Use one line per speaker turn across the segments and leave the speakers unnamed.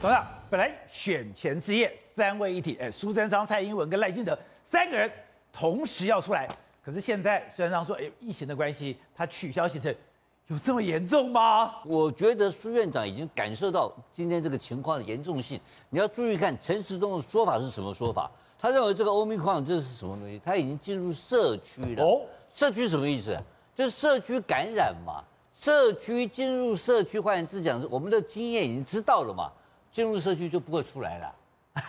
董事长，本来选前之夜三位一体，哎，苏贞昌、蔡英文跟赖清德三个人同时要出来，可是现在苏贞昌说，哎，疫情的关系，他取消行程，有这么严重吗？
我觉得苏院长已经感受到今天这个情况的严重性。你要注意看陈时中的说法是什么说法，他认为这个欧米矿这是什么东西？他已经进入社区了。
哦
哦，社区什么意思？就是社区感染嘛。社区进入社区，换言之讲，是我们的经验已经知道了嘛，进入社区就不会出来了，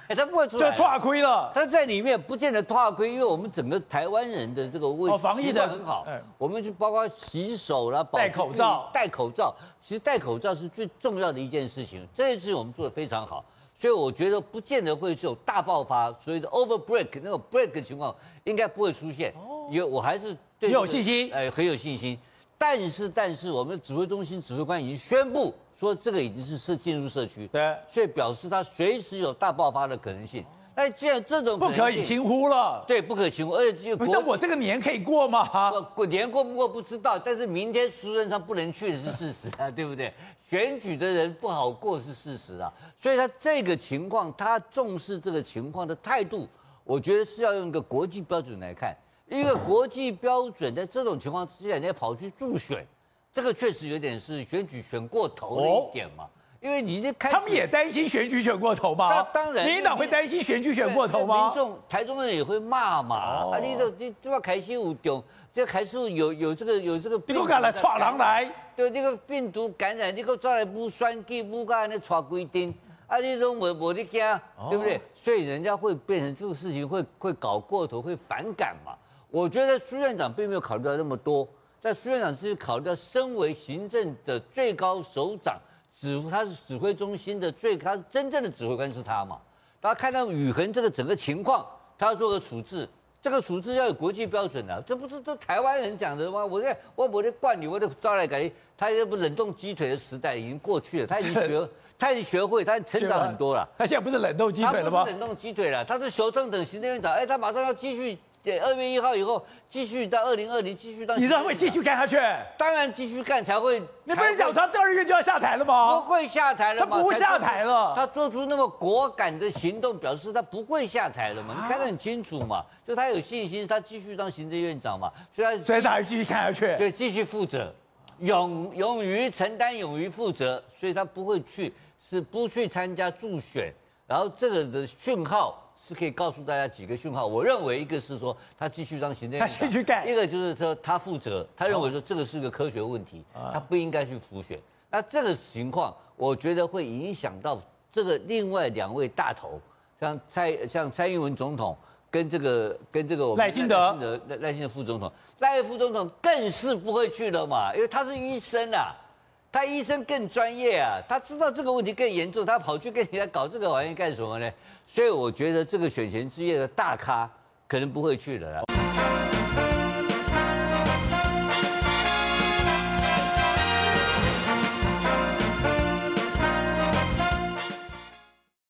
他不会出
就
来了。
拓亏了，
他在里面不见得大亏，因为我们整个台湾人的这个卫
哦防疫的
习惯很好
哎，
我们就包括洗手啦、保
戴
持
口
距离
罩
戴口罩。其实戴口罩是最重要的一件事情，这件事情我们做的非常好，所以我觉得不见得会有大爆发，所谓的 over break 那种 break 的情况应该不会出现，因为我还是
哦你
对
有
这
信
个
心
哎，很有信心。但是，但是我们指挥中心指挥官已经宣布说，这个已经是社进入社区，
对
所以表示它随时有大爆发的可能性。那既然这种
不可以
能性
轻忽了。
对，不可以轻忽，而且就
不
国
是，那我这个年可以过吗？
呃过年过不过不知道，但是明天苏贞昌不能去的是事实啊，对不对？选举的人不好过是事实啊，所以他这个情况，他重视这个情况的态度，我觉得是要用一个国际标准来看。一个国际标准在这种情况之下，你要跑去助选，这个确实有点是选举选过头了
哦
一点嘛，因为你已经开始
他们也担心选举选过头吗
当？当然
民进党会担心选举选过头
对
吗
民？众台中人也会骂嘛，
哦
啊，你这你这把开心无丢，这还是有有这个有这个
你
病
给
毒
我
的
敢
感
来
染。
闯狼来？
对，这个病毒感染，你给我抓来不栓剂，不干那抓规定，啊，你都我我的家，
哦
对不对？所以人家会变成这个事情会会搞过头，会反感嘛。我觉得苏院长并没有考虑到那么多，但苏院长是考虑到身为行政的最高首长，指他是指挥中心的最，他真正的指挥官是他嘛。他看到宇恒这个整个情况，他要做个处置，这个处置要有国际标准的、啊这不是都台湾人讲的吗？我在我我在惯你，我在抓来改，他这不冷冻鸡腿的时代已经过去了，他已经学，他已经学会，他已经成长很多了。
他现在不是冷冻鸡
他
腿了吗
不是？冷冻鸡腿了，他是熊正等行政院长，哎，他马上要继续，二月一号以后继续到二零二零继续到，
你知道会继续？干下去？
当然继续干才会，
你不是
才
讲
会
他第二月就要下台了
不
吗？
会下台了吗？
他不下台了
他做出那么果敢的行动，表示他不会下台了嘛？你看得很清楚嘛，就他有信心，他继续当行政院长嘛，所以
所以他还继续干下
他
去。
就继续负责，勇勇于承担，勇于负责，所以他不会去，是不去参加助选。然后这个的讯号是可以告诉大家几个讯号，我认为一个是说他继续当行政院长，
他继续干
一个就是说他负责，他认为说这个是个科学问题，
啊
他不应该去浮选。那这个情况，我觉得会影响到这个另外两位大头，像蔡像蔡英文总统跟这个跟这个我们
赖清德
赖赖清德副总统，赖副总统更是不会去了嘛，因为他是医生啊。他医生更专业啊，他知道这个问题更严重，他跑去跟人家搞这个玩意干什么呢？所以我觉得这个选前之夜的大咖可能不会去了啦。